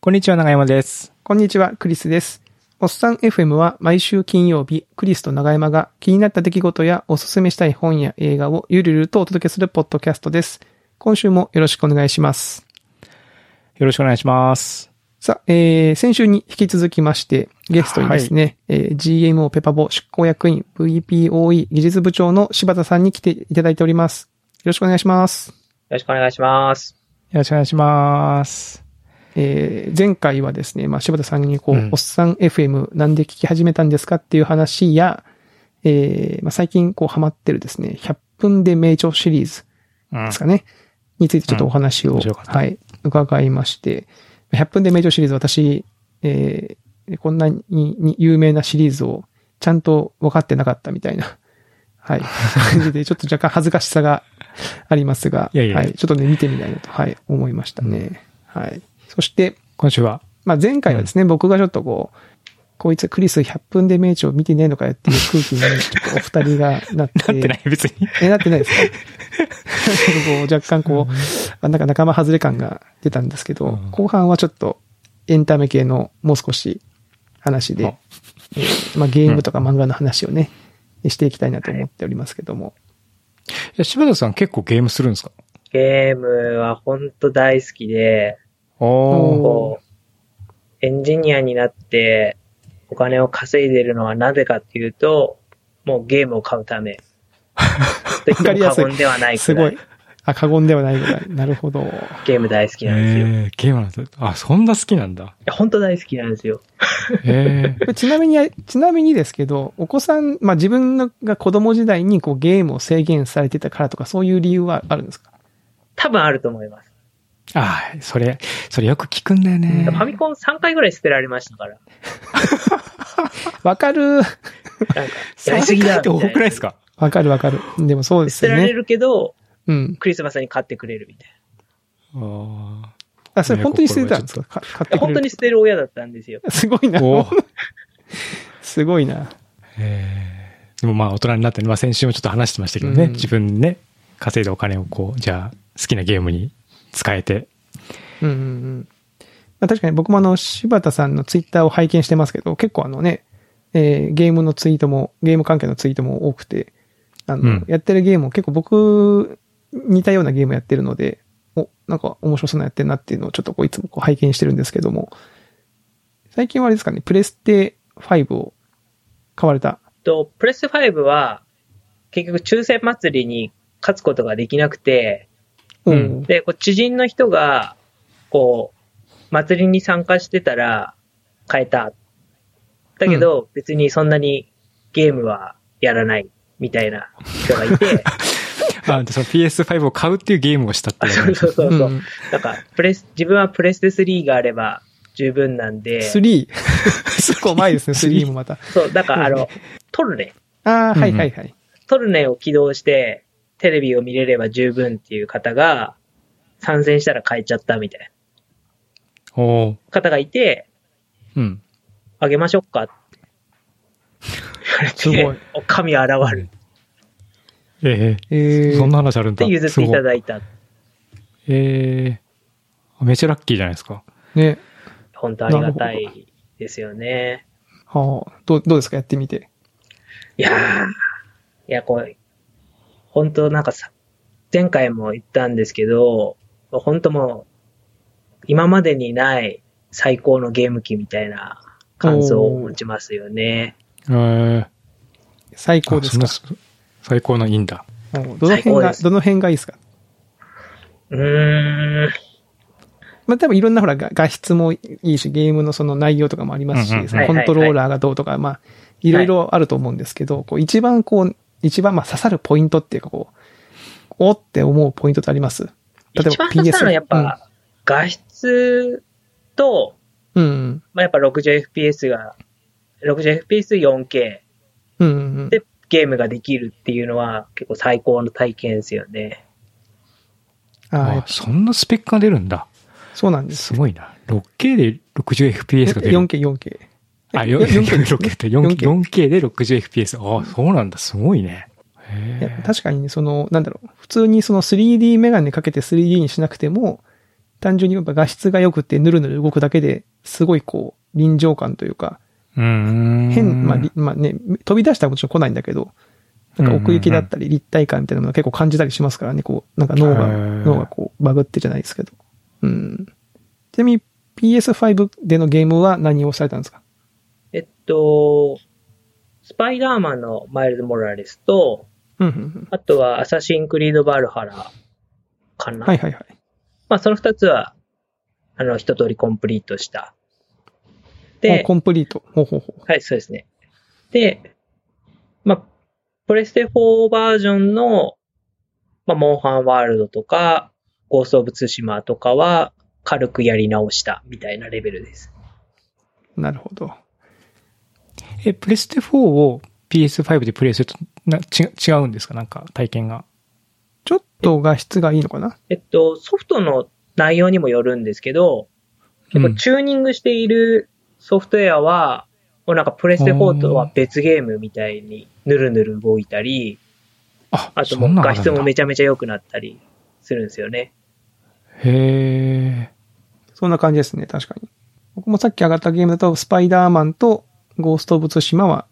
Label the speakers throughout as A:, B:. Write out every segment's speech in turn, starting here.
A: こんにちは、長山です。
B: こんにちは、クリスです。おっさん FM は毎週金曜日、クリスと長山が気になった出来事やおすすめしたい本や映画をゆるゆるとお届けするポッドキャストです。今週もよろしくお願いします。
A: よろしくお願いします。
B: さあ、えー、先週に引き続きまして、ゲストにですね、えー GMO ペパボ執行役員 VPOE 技術部長の柴田さんに来ていただいております。よろしくお願いします。
C: よろしくお願いします。
A: よろしくお願いします。
B: えー前回はですね、まあ、柴田さんにこう、
A: うん
B: おっさん FM なんで聞き始めたんですかっていう話や、えーまあ、最近こうハマってるですね、100分で名著シリーズ
A: うん
B: ですかね、についてちょっとお話
A: うん
B: を、
A: 面白かった
B: はい、伺いまして、100分で名著シリーズ私、えーこんなにに有名なシリーズをちゃんと分かってなかったみたいな、 はい、感じで、ちょっと若干恥ずかしさがありますが、
A: いやいや
B: はい、ちょっとね、見てみたいなと、はい、思いましたね。はい。そして、
A: 今週は、
B: まあ、前回はですね、僕がちょっとこう、こいつクリス100分で名著見てねえのかよっていう空気に、ちょっとお二人がなっ て。
A: なってない、別に。
B: え、なってないですか なんかこう若干こう、なんか仲間外れ感が出たんですけど、
A: うん
B: 後半はちょっとエンタメ系のもう少し話で、えーまあ、ゲームとか漫画の話をね、していきたいなと思っておりますけども。
A: いや、柴田さん結構ゲームするんですか
C: ゲームはほんと大好きで、
A: おー。
C: こう、エンジニアになってお金を稼いでるのはなぜかっていうと、もうゲームを買う ため。と言っても過言ではない
B: す
C: く
B: ご
C: ら
B: い
C: い。
B: あ、過言ではないぐらい。なるほど。
C: ゲーム大好きなんですよ。い
A: えー、ゲームなんだ。あ、そんな好きなんだ。
C: やほんと大好きなんですよ。
A: えー
B: これちなみに、ちなみにですけど、お子さん、まあ、自分のが子供時代にこうゲームを制限されてたからとか、そういう理由はあるんですか
C: 多分あると思います。
A: あー、それ、それよく聞くんだよね
C: フ。ァミコン3回ぐらい捨てられましたから。
B: わかる。
C: なんか、やりす
A: 最
C: ぎ
A: 近っ
C: だ
A: て
C: み
A: 多
C: た
A: く
C: い
A: ない
C: な。
A: ですか
B: わかるわかる。でもそうで
C: 捨
B: す
C: て
B: よ
C: られ
B: ね。
C: るけど、
B: うん。
C: クリスマスに買ってくれるみたいな。
A: お
B: あ、それ本当に捨てたんですかか買 っ
C: いや
B: てく
C: 本
B: れ
C: 当
B: る
C: に捨てる親だったんですよ。
B: すごいな。
A: お
B: すごいな。
A: えーでもまあ、大人になってね、まあ、先週もちょっと話してましたけどね、
B: うん
A: 自分ね、稼いだお金をこう、じゃあ、好きなゲームに使えて。
B: うんうんうん。まあ、確かに僕もあの、柴田さんのツイッターを拝見してますけど、結構あのね、えーゲームのツイートも、ゲーム関係のツイートも多くて、あの、
A: うん
B: やってるゲームを結構僕、似たようなゲームやってるので、お、なんか面白そうなのやってるなっていうのをちょっとこういつもこう拝見してるんですけども、最近はあれですかね、プレステ5を買われた。
C: と、プレステ5は、結局抽選祭りに勝つことができなくて、
A: うん
C: で、こう知人の人が、こう、祭りに参加してたら、買えた。だけど、別にそんなにゲームはやらない、みたいな人がい て、
A: あ、でその PS5 を買うっていうゲームをしたって
C: あ
A: いう
C: そうそうそう
B: う
C: そう、
B: ん。
C: なんか、プレス、自分はプレステ3があれば十分なんで、
B: 3。結構前 ですね、3もまた。
C: そう、だからあ の、トルネ、
B: ああ、はいはいはい。
C: トルネを起動して、テレビを見れれば十分っていう方が、参戦したら変えちゃったみたいな
A: おー
C: 方がいて、
A: うん。
C: あげましょう かって言われて。
B: すごい。
C: お神現るっ
A: ええ
B: えー
A: そんな話あるんだ。
C: て譲っていただい
A: す
C: た。
A: ごいええめっちゃラッキーじゃないですか。
B: ね。
C: 本当ありがたいですよね。
B: はあ、どう、どうですかやってみて。
C: いやーいや、こう、本当なんかさ、前回も言ったんですけど、本当もう、今までにない最高のゲーム機みたいな感想を持ちますよね。
A: えー、
B: 最高ですか
A: あそんな最高のいいんだ。
B: おうどの辺
C: 最高
B: が、
C: です
B: どの辺がいいですか
C: うーん。
B: まあ、多分いろんなほら、が画質もいいし、ゲームのその内容とかもありますし、
A: うんうん
B: そのコントローラーがどうとか、まあ、いろいろあると思うんですけど、こう一番こう、一番まあ刺さるポイントっていうかこう、おって思うポイントってあります例えば
C: 一番刺さるのはやっ
B: PS
C: ぱ、画質と、
B: うん。うん
C: まあ、やっぱ 60fps が、60fps4K
B: うんうん。
C: でゲームができるっていうのは結構最高の体験ですよね。
B: ああやっ
A: あ
B: ぱ
A: そんなスペックが出るんだ。
B: そうなんです
A: す。ごいな。6K で 60fps が出る。
B: 4K、4K。
A: あ、
B: よ
A: 4K で 4K
B: 4K
A: で 60fps。ああ、そうなんだ。すごいね。
B: いや
A: へえ
B: 確かにね、その、なんだろう、普通にその 3D メガネかけて 3D にしなくても、単純にやっぱ画質が良くてぬるぬる動くだけですごいこう臨場感というか、
A: うん。
B: 変、まあ、りまあね、飛び出したらもちろん来ないんだけど、なんか奥行きだったり立体感みたいなものが結構感じたりしますからね、こう、なんか脳が、
A: へー
B: 脳がこう、バグってじゃないですけど。うん。ちなみに PS5 でのゲームは何をされたんですか
C: えっと、スパイダーマンのマイルズ・モラレスと、
B: うん、うん、
C: あとはアサシン・クリード・バルハラか
B: うん。
C: な。
B: はいはいはい。
C: まあその二つは、あの、一通りコンプリートした。
B: お
C: で、
B: コンプリート。ほうほうほう。
C: はい、そうですね。で、まあ、プレステ4バージョンの、まあ、モンハンワールドとか、ゴースト・オブ・ツーシマとかは、軽くやり直したみたいなレベルです。
B: なるほど。
A: え、プレステ4を PS5 でプレイするとなち違うんですかなんか体験が。
B: ちょっと画質がいいのかな
C: えっと、ソフトの内容にもよるんですけど、結
A: う
C: 構
A: ん
C: チューニングしているソフトウェアは、もうなんかプレステ4とは別ゲームみたいにぬるぬる動いたり、
A: あ
C: あともう画質もめちゃめちゃ良くなったりするんですよね。
A: ゃ。へ
B: そんな感じですね、確かに。僕もさっき上がったゲームだと、スパイダーマンとゴースト・オブ・ツシマは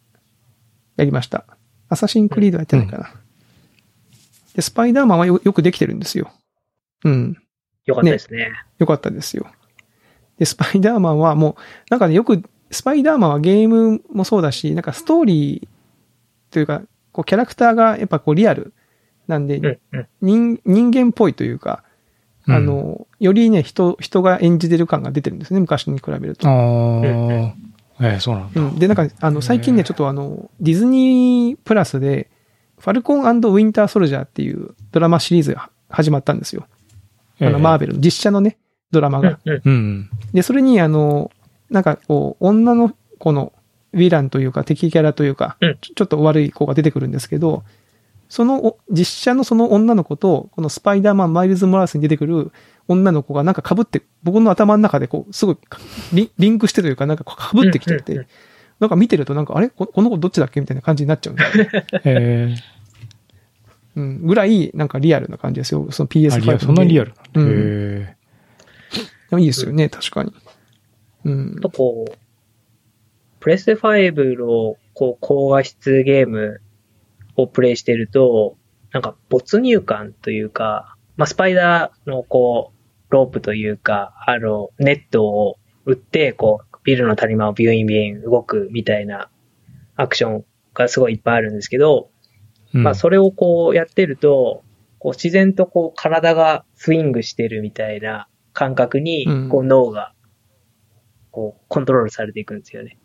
B: やりました。アサシン・クリードはやってないかな。で、スパイダーマンはよよくできてるんですよ。うん。
C: 良かったですね。
B: よかったですよ。で、スパイダーマンはもう、なんかね、よく、スパイダーマンはゲームもそうだし、なんかストーリーというか、こうキャラクターがやっぱこうリアルなんで、
C: うんうん。
B: 人人間っぽいというか、
A: うん
B: あの、よりね、人、人が演じてる感が出てるんですね、昔に比べる
A: ー。
B: と。
A: ああ。えー、そうなんだ。
B: うん、で、なんか、あの、最近
A: へ
B: ね、
A: ー
B: ちょっとあの、ディズニープラスで、ファルコンウィンターソルジャーっていうドラマシリーズが始まったんですよ。あの、マー
A: ベ
B: ベルの実写のね、ドラマ
C: う
B: が
C: ん。うん。
A: ル。うん。
B: で、それに、あの、なんかこう、女の子のヴィランというか、敵キャラというか、
C: うん
B: ちょちょっと悪い子が出てくるんですけど、そのお、実写のその女の子と、このスパイダーマン、マイルズ・モラスに出てくる女の子がなんか被って、僕の頭の中でこう、すごいリリンクしてというか、なんか被ってきて
C: うんうんう
B: て、なんか見てるとなんか、あれここの子どっちだっけみたいな感じになっちゃうんだよね。
A: え
B: うん。ぐらい、なんかリアルな感じですよ。その
A: ー、あ
B: PS5
A: リアル
B: の
A: そんなリアル
B: う
A: なんんだ。へ
B: でもいいですよね、確かに。うん
C: あ。とこう、プレステ5のこう高画質ゲームをプレイしてると、なんか没入感というか、まあ、スパイダーのこう、ロープというか、あの、ネットを打って、こう、ビルの谷間をビューインビューイン動くみたいなアクションがすごいいっぱいあるんですけど、
A: え。
C: まあそれをこうやってると、こう自然とこう体がスイングしてるみたいな感覚に
B: うん、
C: こう脳が、こうコントロールされていくんですよね。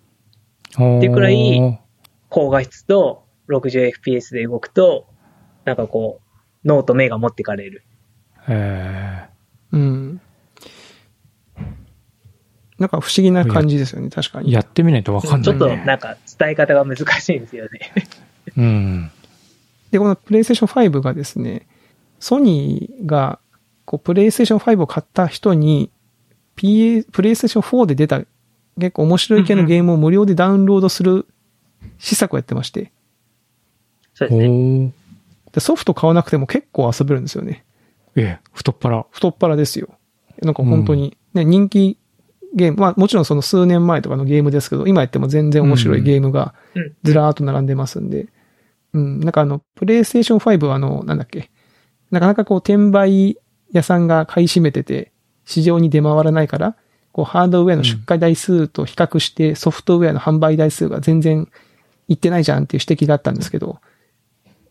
A: って
C: いうくらい高画質と 60fps で動くと、なんかこう、脳と目が持ってかれる。
A: え
B: うん。なんか不思議な感じですよね、確か
A: ー
B: に。
A: やってみないとわかん
C: ち
A: な
C: ょ
A: い
C: っ
A: ね。
C: となんか伝え方が難しいんですよ ね。
A: うん。
B: で、このプレイステーション5がですね、ソニーが、こう、プレイステーション5を買った人に、PA、プレイステーション4で出た、結構面白い系のゲームを無料でダウンロードする施策をやってまして、
C: そうですね。
A: おお。
B: でソフト買わなくても結構遊べるんですよね。
A: え、太っ腹。
B: 太っ腹ですよ。なんか本当に、ね、人気ゲーム、まあもちろんその数年前とかのゲームですけど、今やっても全然面白いゲームが
C: うん
B: ずらーっと並んでますんで、うん、なんかあの、プレイステーション5はあの、なんだっけ、なかなかこう転売屋さんが買い占めてて、市場に出回らないから、こうハードウェアの出荷台数と比較してソフトウェアの販売台数が全然いってないじゃんっていう指摘があったんですけど、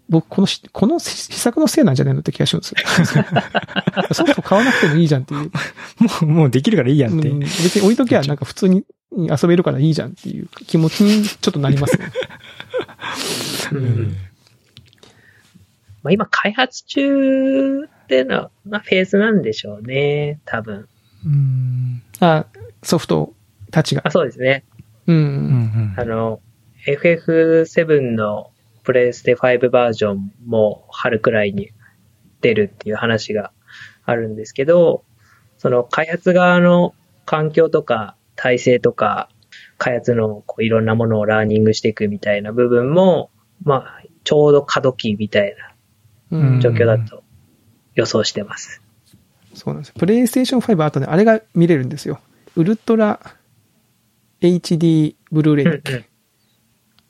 B: 僕、このし、この施施策のせいなんじゃないのって気がしますよ。ソフト買わなくてもいいじゃんっていう。
A: もう、もうできるからいいやんって。
B: うん別に置いときゃなんか普通に遊べるからいいじゃんっていう気持ちにちょっとなりますね。
C: うんまあ、今開発中っていうのは、まあ、フェーズなんでしょうね。多分。
A: うん。
B: あソフトたちが
C: あ、。そうですね。
B: うん。
A: うんうん
C: あの、FF7 のプレイステ5バージョンも春くらいに出るっていう話があるんですけど、その開発側の環境とか体制とか、開発のこういろんなものをラーニングしていくみたいな部分も、まあ、ちょうど過渡期みたい
B: うん
C: な状況だと予想してます。
B: そうなんですよ。プレイステーション5、あとね、あれが見れるんですよ。ウルトラ HD ブルーレイだっけ、
C: うんうん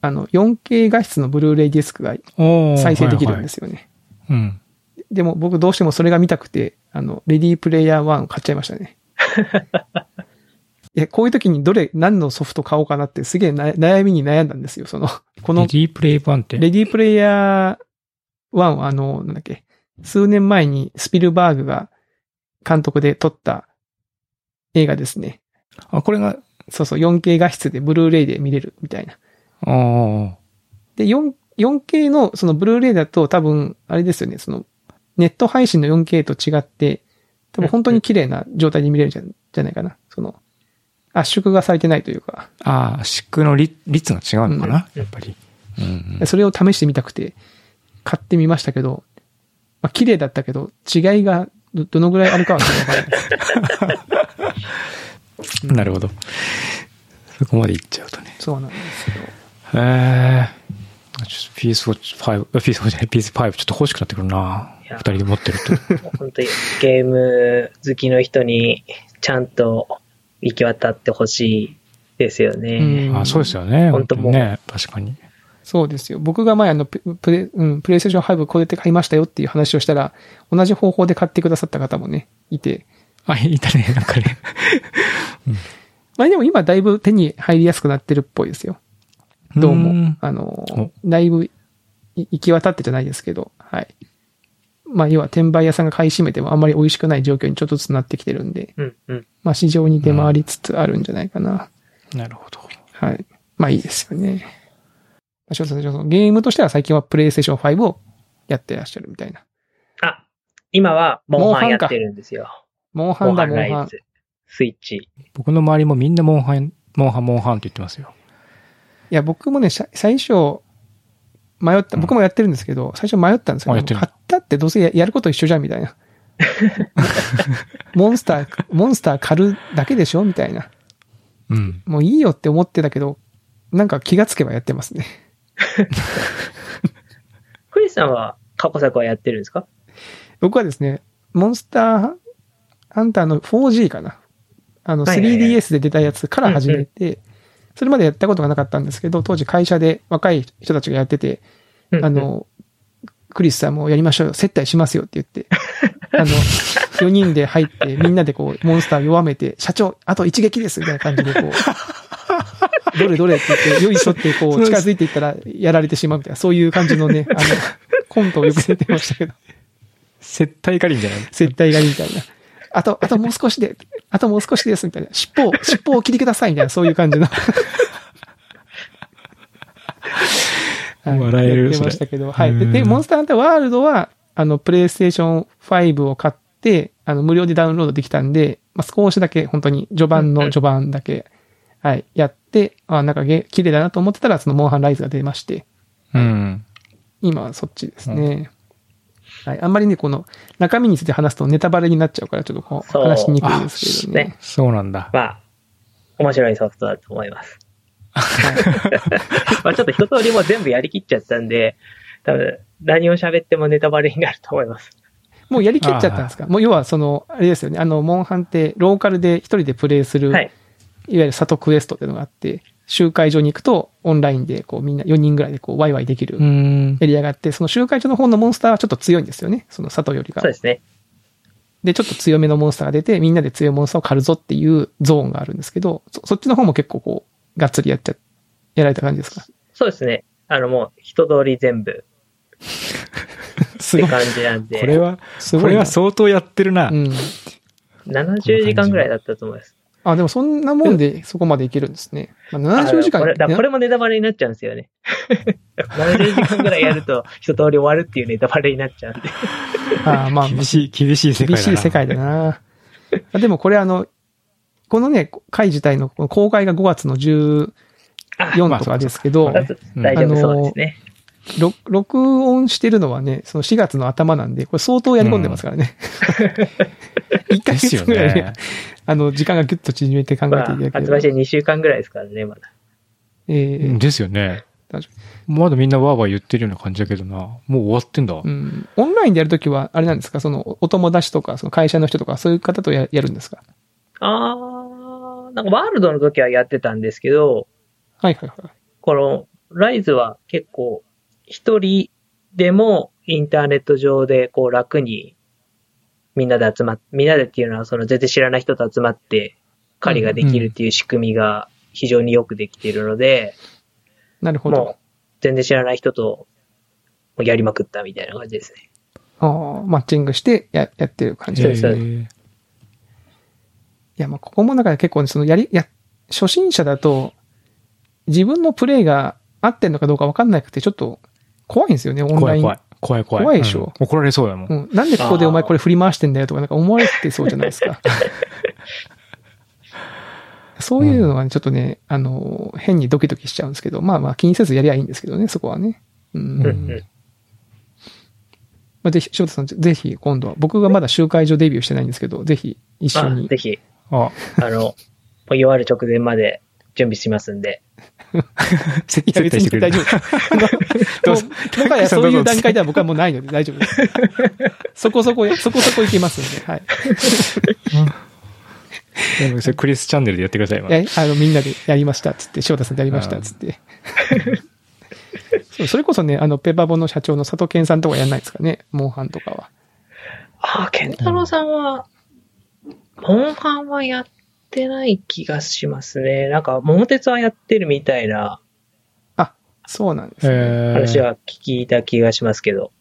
B: あの、4K 画質のブルーレイディスクが
A: おー。
B: 再生できるんですすよね。
A: はいはいうん。
B: でも僕どうしてもそれが見たくて、あの、レディープレイヤー1を買っちゃいました ね。いや、こういう時にどれ、何のソフト買おうかなってすげえな悩みに悩んだんですよ。その、この
A: レディープレイ版って。
B: レディープレイヤー1はあの、なんだっけ、数年前にスピルバーグが監督で撮った映画ですね。
A: あ、これが、
B: そうそう、4K 画質でブルーレイで見れるみたいな。
A: ああ。
B: で、4、4K のそのブルーレイだと多分、あれですよね、その、ネット配信の 4K と違って、多分本当に綺麗な状態で見れるんじゃじゃないかな。その、圧縮がされてないというか、
A: ああ、シックの率率が違うのかな、
C: うん
A: やっぱり。うんうん。
B: それを試してみたくて、買ってみましたけど、まあ、綺麗だったけど、違いがど、どのぐらいあるかはちょっとわか らない。
A: なるほど。そこまでいっちゃうとね。
B: そうなんですけど。
A: へえ。ちょっと PS5、あ PS4 じゃない、PS5 ちょっと欲しくなってくるない二
C: や
A: 人で持ってると。
C: 本当にゲーム好きの人にちゃんと行き渡ってほしいですよね。
A: あそうですよね。
C: 本当もう
A: ね。確かに。
B: そうですよ。僕が前あの、ププレ、うん、プレイステーション5これで買いましたよっていう話をしたら、同じ方法で買ってくださった方もね、いて。
A: あ、いたね、なんかね。
B: まあでも今だいぶ手に入りやすくなってるっぽいですよ。どうも
A: ん。。
B: あの
A: お、
B: だいぶい行き渡ってじゃないですけど、はい。まあ要は転売屋さんが買い占めてもあんまり美味しくない状況にちょっとずつなってきてるんで、
C: うんうん。
B: まあ市場に出回りつつあるんじゃないかな。
A: なるほど。
B: はい。まあいいですよね。翔太さん翔太さんゲームとしては最近はプレイステーション5をやってらっしゃるみたいな。
C: あ、今はモンハ
B: モ
C: ン
B: ンハ
C: や
B: ンか
C: ってるんですよ。
B: モンハ
C: モ
B: ン
C: ン
B: だ、
C: ハ
B: モ
C: ン
B: ン
C: ラ
B: ハ
C: イ
B: ン。
C: ズ、スイッチ。
A: 僕の周りもみんなモンハン、モンハン、モンハンって言ってますよ。
B: いや、僕もね、さ最初、迷った、
A: うん
B: 僕もやってるんですけど、最初迷ったんですけ
A: あ
B: ど、
A: やって
B: 買
A: る
B: ったってどうせややること一緒じゃん、み たいな。モンスター、モンスター狩るだけでしょみたいな。
A: うん。
B: もういいよって思ってたけど、なんか気がつけばやってますね。
C: クリスさんは過去作はやってるんですか
B: 僕はですね、モンスターハンターの 4G かな。あの、
C: はいはいはい
B: 3DS で出たやつから始めて、それまでやったことがなかったんですけど、当時会社で若い人たちがやってて、あ、の、クリスさんもやりましょうよ。接待しますよって言って。あの、4人で入って、みんなでこう、モンスターを弱めて、社長、あと一撃ですみたいな感じでこう、どれどれって言って、よいしょってこ
A: そう
B: う、
A: です
B: 近づいていったら、やられてしまうみたいな、そういう感じのね、あの、コントをよく出てましたけど、
A: 接待かりんじゃない
B: 接待狩りみたいな。あと、あともう少しで、あともう少しですみたいな、尻尾を、尻尾を切りくださいみたいな、そういう感じの。はい
A: 笑える
B: やって
A: それ
B: ましたけど、は
A: う
B: い。
A: ん
B: で、でモンスターハンターワールドは、あの、プレイステーション5を買って、あの、無料でダウンロードできたんで、まあ、少しだけ、本当に、序盤の序盤だけ、はい、やって、あ、なんかゲ、綺麗だなと思ってたら、その、モンハンライズが出まして、
A: うん。
B: 今はそっちですね。はい。あんまりね、この中身について話すとネタバレになっちゃうから、ちょっとこう、
C: そう
B: 話しにくいですけどね。
A: そうなんだ。
C: まあ、面白いソフトだと思い ます。まあちょっと一通りもう全部やりきっちゃったんで、多分何を喋ってもネタバレになると思います。
B: もうやりきっちゃったんですかもう要はその、あれですよね。あの、モンハンって、ローカルで一人でプレイする、、
C: はいい。
B: わゆる里クエストっていうのがあって、集会所に行くと、オンラインで、こう、みんな4人ぐらいで、こう、ワイワイできる
A: うん。
B: エリアがあって、その集会所の方のモンスターはちょっと強いんですよね。その里よりが
C: そう。ですね。
B: で、ちょっと強めのモンスターが出て、みんなで強いモンスターを狩るぞっていうゾーンがあるんですけど、そそっちの方も結構こう、がっつりやっちゃ、やられた感じですか
C: そうですね。あのもう一通り全部っ
B: す
C: て感じなんで、
A: これは、
B: す
A: こ
B: ごい
A: れ
B: な
A: は相当やってるな
B: う。ん。
C: 70時間ぐらいだったと思います。
B: あ、でもそんなもんでそこまでいけるんですね。まあ、70時間
C: あのこれだからこれもネタバレになっちゃうんですよね。70時間ぐらいやると一通り終わるっていうネタバレになっちゃうんで。
B: あーまあ、
A: 厳しい、厳しい世界
B: 厳
A: だな。
B: しい世界だな。あでもこれあの、このね、会自体のこの公開が5月の14
C: あ
B: とかですけど、
A: まあそうかうん
C: 大丈夫そうですね。
B: ろ録音してるのはね、その4月の頭なんで、これ相当やり込んでますからね。1ヶ
A: です
B: 月
A: よ
B: ぐらいね
A: ね。
B: あの、時間がギュッと縮めて考えていただ
C: まあ
B: けれ
C: 発
B: ば
C: 売し。て2週間ぐらいですからね、まだ。
B: えー
A: ですよね。
B: 大丈
A: まだみんなわーわー言ってるような感じだけどな。もう終わってんだ。
B: 夫。うん。オンラインでやるときは、あれなんですかその、お友達とか、その会社の人とか、そういう方とややるんですか
C: あー、なんかワールドの時はやってたんですけど、
B: はいはいはい。
C: このライズは結構一人でもインターネット上でこう楽にみんなで集まっ、みんなでっていうのはその全然知らない人と集まって狩りができるっていう仕組みが非常によくできているので、
B: なるほ
C: も
B: ど。
C: う全然知らない人ともうやりまくったみたいな感じですね。
B: ああ、マッチングしてややってる感じ
C: そう
B: で。
C: ですす
A: へー
B: いや、まあ、ここもだから結構ね、その、やり、や、初心者だと、自分のプレイが合ってるのかどうか分かんなくて、ちょっと怖いんですよね、オン
A: 怖
B: ライ
A: い
B: ン。
A: 怖い。怖い怖い。
B: 怖いでしょ
A: うん怒られそうだもん。
B: うん。なんでここでお前これ振り回してんだよとか、なんか思われてそうじゃないで すか。そういうのはね、ちょっとね、あの、変にドキドキしちゃうんですけど、まあまあ気にせずやりゃいいんですけどね、そこはね。うん。
A: う
C: うんんうん。
B: まあ、ぜひ、柴田さん、ぜひ今度は、僕がまだ集会所デビューしてないんですけど、ぜひ一緒
C: あ
B: に
C: ぜ。ひ、
A: あ、
C: あの、もう弱る直前まで準備しますんで。
A: 接
B: い
A: 待
B: や、別
A: し
B: に
A: てくれ
B: 大
A: る
B: 丈。夫。も
A: どう
B: う
A: ぞ
B: もはやそういう段階では僕はもうないので大丈 夫です。そこそこ、そこそこいけますんで、はい。
A: でもそれクリスチャンネルでやってください、今。
B: え、あの、みんなでやりました、つって、翔太さんでやりました、つって。 そうそれこそね、あの、ペパボの社長の佐藤健さんとかやんないですかね、モンハンとかは。
C: ああ、ケンタロウさんは、モンハンはやってない気がしますね。なんか、桃鉄はやってるみたいな
B: あ、そうなんですね。
A: え
C: 話は聞いた気がしますけど。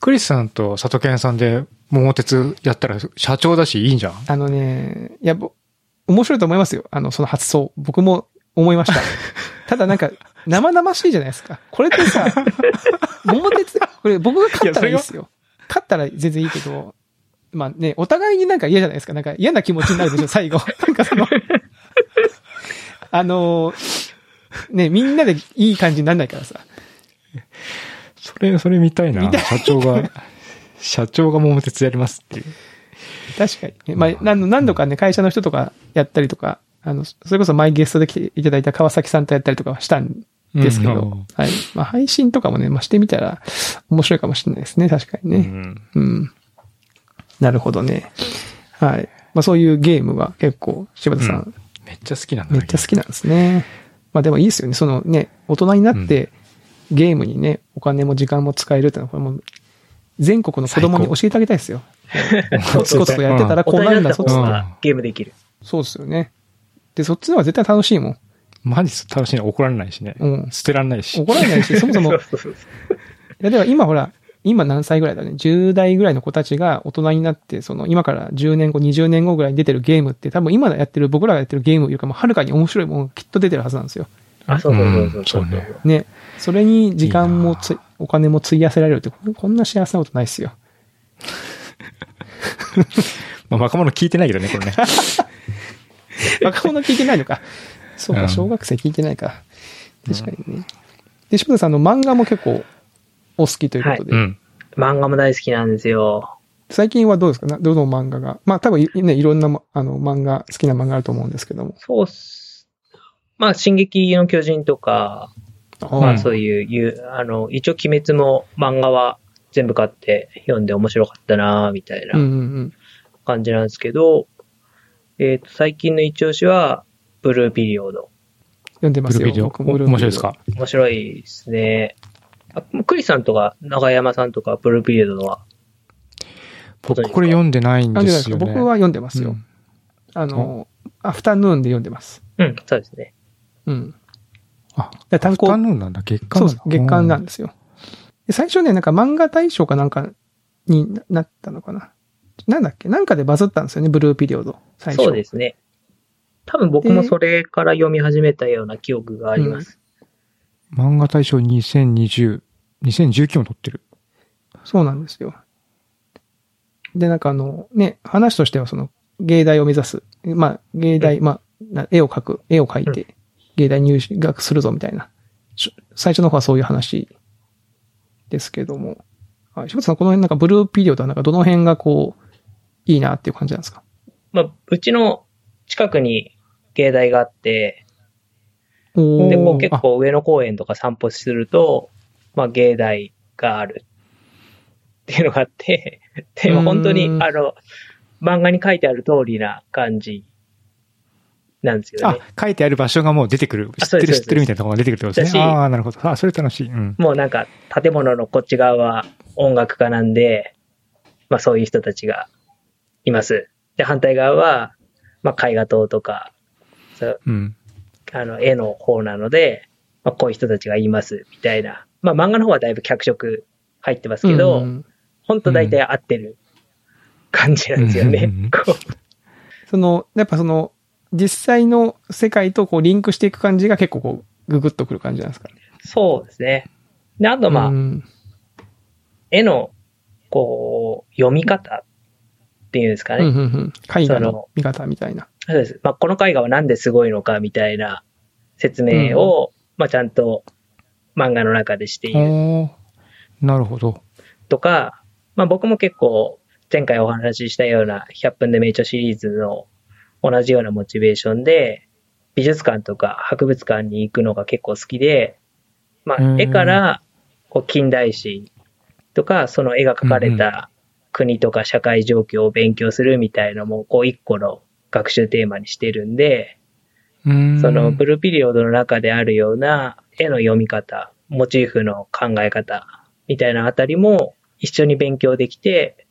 A: クリスさんと佐藤健さんで桃鉄やったら社長だしいいんじゃん
B: あのね、いや、ぼ面白いと思いますよ。あの、その発想。僕も思いま した。ただなんか、生々しいじゃないですか。これって さ、桃鉄、これ僕が勝ったらいいですよ。勝ったら全然いいけど、まあね、お互いになんか嫌じゃないですか。なんか嫌な気持ちになるでしょ、最 後。なんかその、あの、ね、みんなでいい感じにならないからさ。
A: それ、それ見たいな。
B: 見たい
A: 社長 が、社長が桃鉄やりますっていう。
B: 確かにね。まあ、何何度かね、会社の人とかやったりとか、あの、それこそ前ゲストで来ていただいた川崎さんとやったりとかはしたんですけど、
A: うん
B: はい。まあ、配信とかもね、まあ、してみたら面白いかもしれないですね、確かに
A: う
B: ね。
A: ん。
B: うん。なるほどね。はい。まあ、そういうゲームは結構、柴田さん、
A: めっちゃ好きなんだ
B: めっちゃ好きなんですね。まあ、でもいいですよね。そのね、大人になって、ゲームにね、お金も時間も使えるってのは、これもう、全国の子供に教えてあげたいですよ。 コツコツとやってたらこうなる
C: 大人に
B: ん
C: な
B: だ
C: った
B: ぞっ
C: 方
B: つって
C: がゲームできる。
B: そうですよね。で、そっちの方が絶対楽しいもん。
A: マジ楽しいな。怒られないしね。
B: うん
A: 捨てられないし。
B: 怒ら れないし、そもそも、い
C: そうそうそう
B: や、では今ほら、今何歳ぐらいだね。10代ぐらいの子たちが大人になって、その今から10年後、20年後ぐらいに出てるゲームって多分今やってる、僕らがやってるゲームよりかもはるかに面白いもんきっと出てるはずなんですよ。
C: あ、そうそうそうそう
A: うんそうね
B: ね。それに時間も
A: い
B: つ、お金も費やせられるって、こんこんな幸せなことな いですよ。
A: まあ、若者聞いてないけどね、これね。
B: 若者聞いてないのか。そう
A: う
B: か、
A: ん
B: 小学生聞いてないか。確かにね。で、柴田さん、あの、漫画も結構お好きということで。
A: うん。
C: 漫画も大好きなんですよ。
B: 最近はどうですかなどの漫画が。まあ多分いね、いろんなまあの漫画、好きな漫画あると思うんですけども。
C: そうっす。まあ、進撃の巨人とか、ま
A: う
C: あ
A: ん
C: そういう、いうあの、一応鬼滅も漫画は全部買って読んで面白かったなみたいな。
B: うんうんうん。
C: 感じなんですけど、えっ、と、最近の一押しは、ブルーピリオド。
B: 読んでま
A: ブル
B: す
A: ー
B: よ
A: ビ。デオ。
B: 僕も
A: お面白いですか
C: 面白いですね。あクリスさんとか、長山さんとか、ブルーピリオドは、
A: 僕、これ読んでないん
B: あ
A: で
B: じゃないですす
A: よ、
B: か
A: ね。
B: 僕は読んでますよ。
A: うん
B: あの、アフタヌーンで読んでます。
C: うん、そうですね。
B: うん。
A: あ、
B: で単
A: 月
B: 行
A: 刊、のなんだ、月
B: そ
A: 刊な
B: うで
A: ん
B: す
A: だ。
B: 月刊な
A: うん
B: んですよ。で最初ね、なんか漫画大賞かなんかにななったのかな。なんだっけなんかでバズったんですよね、ブルーピリオド。最初。
C: そうですね。多分僕もそれから読み始めたような記憶があります。
A: 漫画大賞2020、2019も撮ってる。
B: そうなんですよ。で、なんかあの、ね、話としてはその、芸大を目指す。まあ、芸大、まあ、な絵を描く、絵を描いて、芸大入学するぞみたいな。し最初の方はそういう話ですけども。はい。柴田さん、この辺なんかブルーピリオドはなんかどの辺がこう、いいなっていう感じなんですか
C: まあ、うちの近くに芸大があって、
B: お
C: で、こう
B: ー
C: 結
B: あ
C: 構上野公園とか散歩すると、まあ芸大があるっていうのがあって、 で、まあ本当に
B: うー、ん
C: あの、漫画に書いてある通りな感じなんですよ
A: あ
C: ね。、
A: 書いてある場所がもう出てくる。知
C: あ
A: っ
C: そう
A: て
C: で
A: る
C: す
A: 知ってるみたいなところが出てくるってことですね。
C: だし
A: ああ、なるほど。あそれ楽しい。うん。
C: もうなんか建物のこっち側は音楽家なんで、まあそういう人たちがいます。で、反対側は、まあ絵画棟とか、そう
A: うん。
C: あの、絵の方なので、まあ、こういう人たちがいます、みたいな。まあ、漫画の方はだいぶ脚色入ってますけ
B: う
C: ど、
B: ん
C: ほんと大体合ってる感じなんですよね。
A: うんうんうん
C: こ
B: その、やっぱその、実際の世界とこうリンクしていく感じが結構こう、ググッとくる感じなんですかね。
C: うそうですね。で、あと、まあ、
B: うん
C: 絵の、こう、読み方っていうんですかね。
B: うんうんうん。絵画
C: そ
B: の
C: の
B: 見方みたいな。
C: そうです。まあ、この絵画はなんですごいのか、みたいな説明を、まあ、ちゃんと漫画の中でしている
A: おーなるほど。
C: とか、まあ僕も結構前回お話ししたような100分で名著シリーズの同じようなモチベーションで、美術館とか博物館に行くのが結構好きで、ま
A: う
C: あ
A: ん
C: 絵からこう近代史とかその絵が描かれた国とか社会状況を勉強するみたいのもこう一個の学習テーマにしてるんで、
A: うーん。
C: そのブルーピリオドの中であるような絵の読み方、モチーフの考え方みたいなあたりも一緒に勉強できて、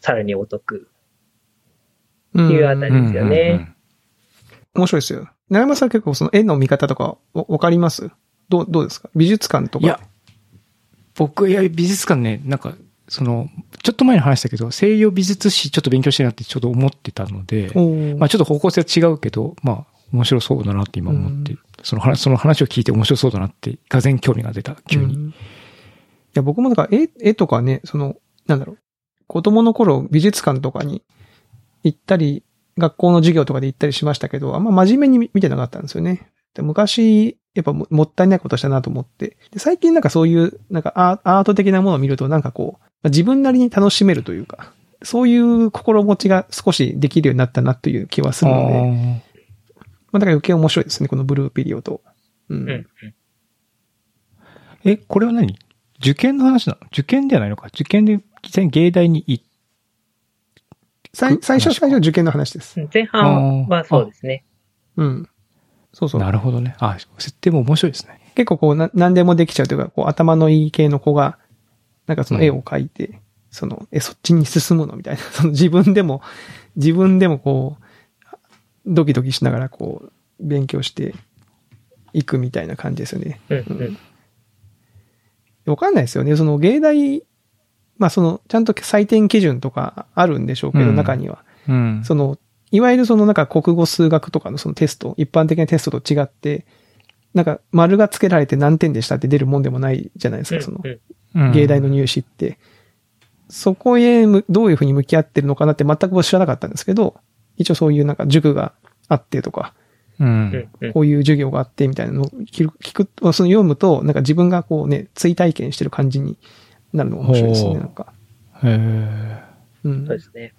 C: さらにお得。
B: うん
C: いうあたりですよね
B: 面白いですよ。長山さん結構その絵の見方とかわわかりますどう、どうですか美術館とか。
A: いや、僕、いや、美術館ね、なんか、その、ちょっと前に話したけど、西洋美術史ちょっと勉強してるなってちょっと思ってたので、
B: おー
A: まあちょっと方向性は違うけど、まあ面白そうだなって今思って、
B: うん
A: その話、その話を聞いて面白そうだなって、がぜ興味が出た、急に。
B: うんいや、僕もなんか絵、絵とかね、その、なんだろう。子供の頃美術館とかに行ったり、学校の授業とかで行ったりしましたけど、あんま真面目に見てなかったんですよね。で昔、やっぱももったいないことしたなと思って。で最近なんかそういう、なんかアーアート的なものを見るとなんかこう、まあ自分なりに楽しめるというか、そういう心持ちが少しできるようになったなという気はするので、まあだから余計面白いですね、このブルーピリオド。うん
C: うん。
A: あーえ、これは何受験の話なの受験ではないのか受験で、実際に芸大に行っ
B: 最最初、
A: 話か
B: 最初受験の話です。
C: 前半はそうですね。
B: うん。そうそう
A: な。るほどね。あ、設定も面白いですね。
B: 結構こうな、何でもできちゃうというか、こう頭のいい系の子が、なんかその絵を描いて、その、え、そっちに進むのみたいな。 その自分でも、自分でもこう、ドキドキしながらこう、勉強していくみたいな感じですよね。
C: うん
B: う
C: うんん。
B: わかんないですよね。その芸大、まあその、ちゃんと採点基準とかあるんでしょうけど、
A: うん
B: 中には。
A: うん。
B: その、いわゆるそのなんか国語数学とかのそのテスト、一般的なテストと違って、なんか丸がつけられて何点でしたって出るもんでもないじゃないですか、その
C: う、ん
A: うん
B: 芸大の入試って。そこへむどういうふうに向き合ってるのかなって全く僕知らなかったんですけど、一応そういうなんか塾があってとか、
A: うん。
C: うんうん
B: こういう授業があってみたいなのを聞く、聞くその読むと、なんか自分がこうね、追体験してる感じになるのが面白いです
A: ほ
B: ね、
A: う
B: なんか。
A: へえ。
B: うん
C: そうですね。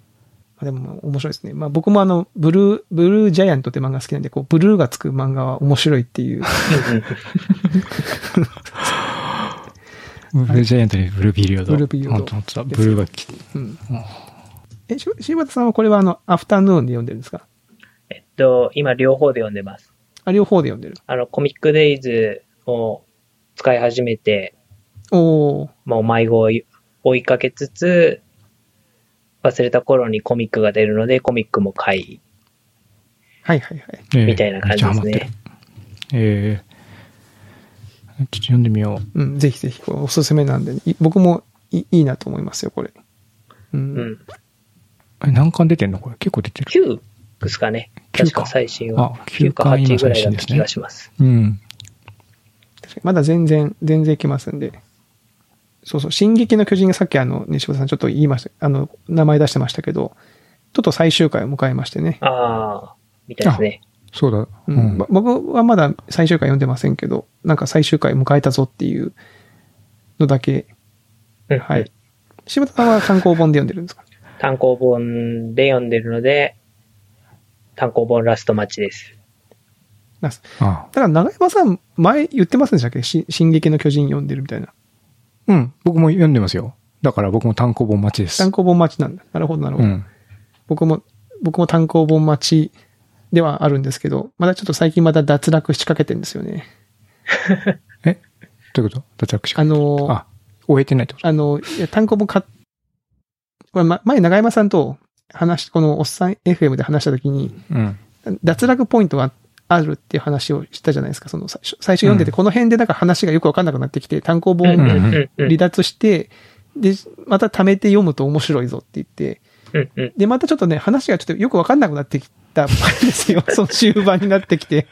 B: あでもまあ面白いですね。まあ僕もあの、ブルー、ブルージャイアントって漫画好きなんで、こう、ブルーがつく漫画は面白いって いう。
C: うんうん
A: ブルージャイアントにブルーピリオド。
B: ブルーピリオド
A: 本当本当だ。ブルーが来て。
B: うん。え、し、柴田さんはこれはあの、アフタヌーンで読んでるんですか
C: えっと、今両方で読んでます。
B: あ、両方で読んでる。
C: あの、コミックデイズを使い始めて、
B: おー。
C: もう迷子を追いかけつつ、忘れた頃にコミックが出るので、コミックも買い、
B: はいはいはい。
C: みたいな感じですね
A: めっちゃハマってる。ええ。ちょっと読んでみよ
B: うん、ぜひぜひ、これおすすめなんで、い僕もいいいなと思いますよ、これ。う。
C: うんん。
A: う。え、何巻出てんのこれ結構出てる。
C: 9ですかね。
A: 9
C: 確
A: か
C: か最新は。
A: あ
C: 9か
A: 9
C: 8ぐ
A: 今最
C: らいだ
A: 新
C: っ
A: です
C: た
A: ね
C: 気がします。
A: うん。
B: 確かにまだ全然、全然いけますんで。そうそう、進撃の巨人がさっきあの、ね、柴田さんちょっと言いました、あの、名前出してましたけど、ちょっと最終回を迎えましてね。
C: ああ、みたいですね。
A: そうだ。
B: う
A: うんん。
B: ぼ僕はまだ最終回読んでませんけど、なんか最終回迎えたぞっていうのだけ、
C: うん
B: はい。。柴田さんは単行本で読んでるんですか
C: 単行本で読んでるので、単行本ラストマッチです。
A: あ
B: だから長山さん、前言ってませんでしたっけし進撃の巨人読んでるみたいな。
A: あうん。僕も読んでますよ。だから僕も単行本待ちです。
B: 単行本待ちなんだ。なるほど、なるほ
A: う
B: ど。
A: ん。
B: 僕も、僕も単行本待ちではあるんですけど、まだちょっと最近まだ脱落しかけてんですよね。
A: えどういうこと脱落し
B: あ
A: か。
B: のー、
A: あ、終えてないってこと
B: あの、いや単行本買っ、これ、ま、前長山さんと話し、このおっさん FM で話したときに、
A: うん。
B: 脱落ポイントがあるっていう話をしたじゃないですか、その最初最初読んでて、
A: うん
B: この辺でなんか話がよくわかんなくなってきて、単行
C: うん
B: 本
C: うんうん
B: 離脱して、で、また貯めて読むと面白いぞって言って、
C: うんうん
B: で、またちょっとね、話がちょっとよくわかんなくなってきたんで すよ、その終盤になってきて。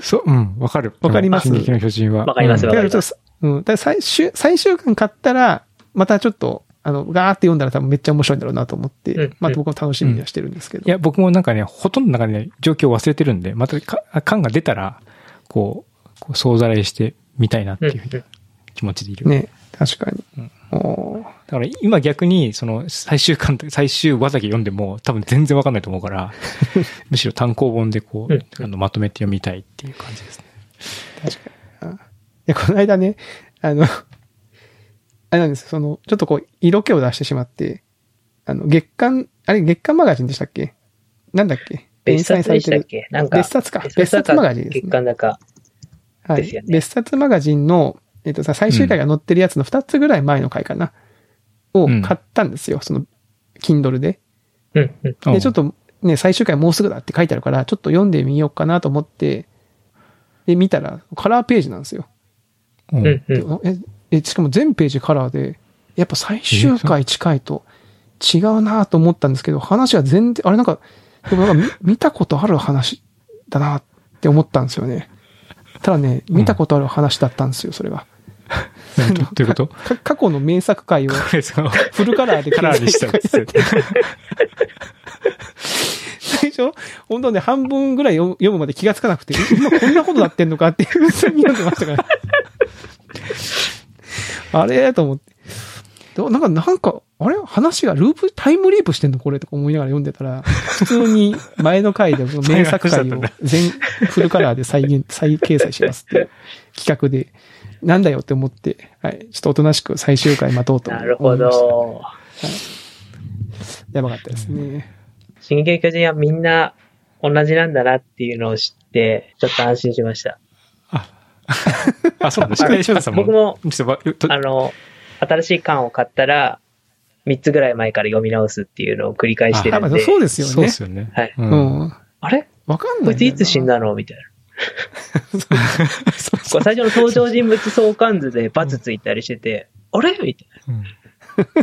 A: そう、うん、わかる。
B: わかります
A: 進撃の巨人は。
C: わかります
A: うん
B: だからちょっと、うん、だから最終、最終巻買ったら、またちょっと、あの、ガーって読んだら多分めっちゃ面白いんだろうなと思って、
C: うん
B: まあ僕も楽しみにはしてるんですけど。
A: いや、僕もなんかね、ほとんどなんかね、状況を忘れてるんで、またか、感が出たら、こう、こう総ざらいしてみたいなっていうふうな気持ちでいる。
B: ね、確かに。おー
A: だから今逆に、その、最終巻、最終話だけ読んでも、多分全然わかんないと思うから、むしろ単行本でこう、
C: うん
A: あの、まとめて読みたいっていう感じですね。
B: 確かに。いや、この間ね、あの、あれなんですよその、ちょっとこう、色気を出してしまって、あの、月刊、あれ、月刊マガジンでしたっけなんだっけ
C: 別冊でしたっ
B: る。
C: けなんか、
B: 別冊か。別
C: 別冊
B: 冊
C: か
B: マガジンです
C: 月
B: ね。
C: 間だか。
B: は
C: です
B: い
C: よ。ね
B: 別冊マガジンの、えっとさ、最終回が載ってるやつの2つぐらい前の回かな。を
A: うん
B: 買ったんですよ。その、Kindle で。
C: うんうん。
A: う
B: で、
A: ん
B: ちょっとね、最終回もうすぐだって書いてあるから、ちょっと読んでみようかなと思って、で、見たら、カラーページなんですよ。
A: うん
C: うんうん。
B: でえ、え、しかも全ページカラーで、やっぱ最終回近いと違うなと思ったんですけど、話は全然、あれなんか、でもなんか 見見たことある話だなって思ったんですよね。ただね、見たことある話だったんですよ、それが。
A: 何どどういう ことこ
B: か過去の名作回を
A: れその、
B: フルカラーで
A: カラーにしたんですよ。
B: 最初、本当ね、半分ぐらい読む読むまで気がつかなくて、今こんなことなってんのかっていう、普通に読んでましたから。 あれと思って。でなんか、なんか、あれ話がループ、タイムリープしてんのこれとか思いながら読んでたら、普通に前の回でその名作 回を全、フルカラーで再現、再掲載しますっていう企画で、なんだよって思って、はい、ちょっとおとなしく最終回待とうと思
C: ない
B: ま
C: る
B: した。
C: ほ。ど。
B: やばかったですね。
C: 進撃の巨人はみんな同じなんだなっていうのを知って、ちょっと安心しました。
A: あ、そうなんだ。司会者さんも。
C: 僕も
A: ちょっと、
C: あの、新しい缶を買ったら、3つぐらい前から読み直すっていうのを繰り返して
B: や
C: る
B: っぱ
C: んで、
B: そうですよ
A: そうで
B: ね。
A: すよね。
C: はい
A: うん。
B: うん。
C: あれ
B: わかんない。
C: こいついつ死んだのみたい な。こう最初の登場人物相関図でバツついたりしてて、あれみたい
A: うん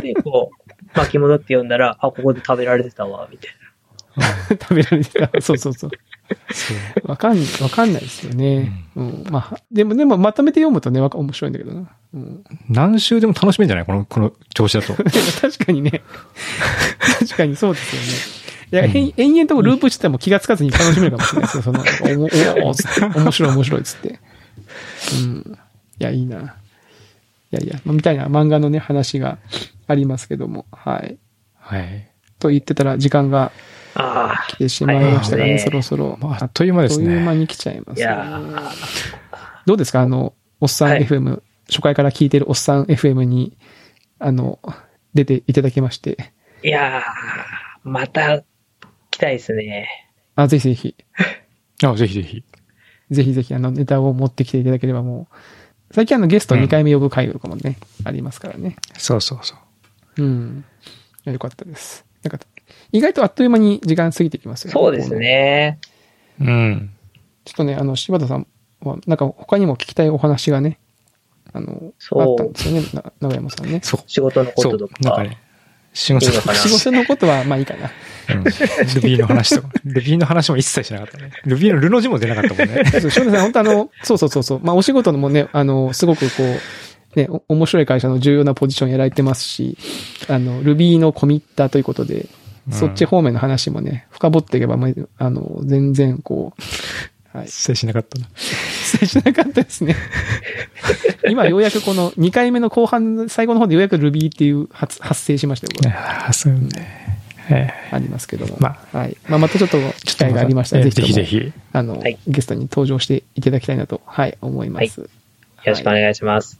C: な。で、こう、巻き戻って読んだら、あ、ここで食べられてたわ、みたい
B: 食べられて た。そうそうそう。
A: そう
B: わかんない、わかんないですよね。うん。まあ、でも、でも、まとめて読むとね、わか面白いんだけどな。うん。
A: 何週でも楽しめんじゃないこの、この調子だ と。
B: 確かに ね。確かにそうですよね。いや、へん延々とループしてても気がつかずに楽しめるかもしれないですよ。その、おおおつって 面白い面白いっつって。うん。いや、いいな。いやいや、みたいな漫画のね、話がありますけども。はい。
A: はい。
B: と言ってたら時間が
C: な。ああ、
B: 来てしまいましたがね、
C: はい
B: そろそろ。
A: まあ、あっという間です
B: あっという間
A: ね。
B: に来ちゃいま
C: い
B: すね、
C: やー
B: どうですかあの、おっさん
C: はい
B: FM、初回から聞いてるおっさん FM に、あの、出ていただきまして。
C: いやー、また来たいですね。
B: あ、ぜひぜひ、
A: あ、ぜひぜひ。
B: ぜひぜひ、あの、ネタを持ってきていただければもう、最近あの、ゲスト
A: うん
B: 2回目呼ぶ回とかもね、ありますからね。
A: そうそうそう。
B: うん。いやよかったです。なんか、意外とあっという間に時間過ぎてきますよね。
C: そうですね。
A: うん。
B: ちょっとね、あの、柴田さんは、なんか他にも聞きたいお話がね、あの、
C: そう
B: あったんですよね、な長山さんね。
A: そう。
C: 仕事のこ
A: そ
C: と
A: う
C: と。
A: なんか
C: か。
A: ね、仕事
C: いいのかな
B: 仕事のことは、まあいいかな。
A: うんルビーの話 とか。ルビーの話も一切しなかったね。ルビーのルの字も出なかったもん ね。
B: そう、翔太さん、本当あの、そうそうそうそう。まあ、お仕事のもね、あの、すごくこう、ね、お面白い会社の重要なポジションやられてますし、あの、Ruby のコミッターということで、
A: うん
B: そっち方面の話もね、深掘っていけば、まああの、全然こう、はい、
A: 一切しなかったな。
B: 失礼しなかったですね。今、ようやくこの2回目の後半、最後の方でようや く Ruby っていう発発生しましたよ、これ
A: ああ、そうね。え
B: ありますけども。
A: ま
B: はい。まあ、またちょっと機会がありましたら、
A: え
B: ぜ
A: え
B: ひと
A: ぜ
B: も
A: ひぜひ。
B: あの、
C: はい
B: ゲストに登場していただきたいなと、はい、思います。
C: よろしくお願いします。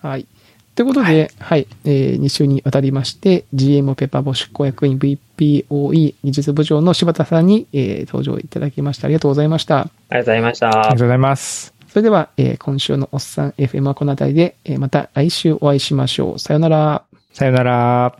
B: はい。ということで、はい、えー、2週にわたりまして、GM ペッパーボッシュ公約員 VPOE 技術部長の柴田さんに、えー登場いただきました。ありがとうございました。
C: ありがとうございまし
A: あり
C: た
A: が。とうございます。
B: それでは、えー今週のおっさん FM はこの辺りで、えーまた来週お会いしましょう。さよなら。
A: さよなら。